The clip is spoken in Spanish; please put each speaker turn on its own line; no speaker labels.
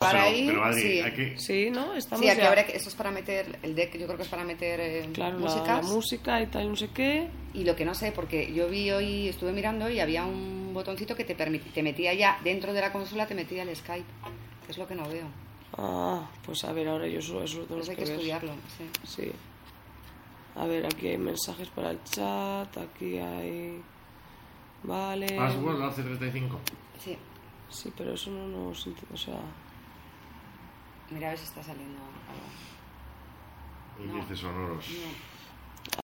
pero,
ahí.
pero Adri,
sí.
hay que...
Sí, ¿no? Estamos
Sí, aquí
ya-
habrá que- eso es para meter el deck, yo creo que es para meter eh,
Claro, la-
músicas.
la, música y tal, no sé qué.
Y lo que no sé, porque yo vi hoy, estuve mirando y había un botoncito que te, permi- te metía ya dentro de la consola, te metía el Skype, que es lo que no veo.
Ah, pues a ver, ahora yo eso, eso lo tengo
Eso Pues hay
que,
que
ver.
estudiarlo. sí.
Sí. A ver, aquí hay mensajes para el chat, aquí hay... Vale.
Password hace 35.
Sí,
Sí, pero eso no nos... int- O sea,
mira a ver si está saliendo algo.
Índices sonoros.
No.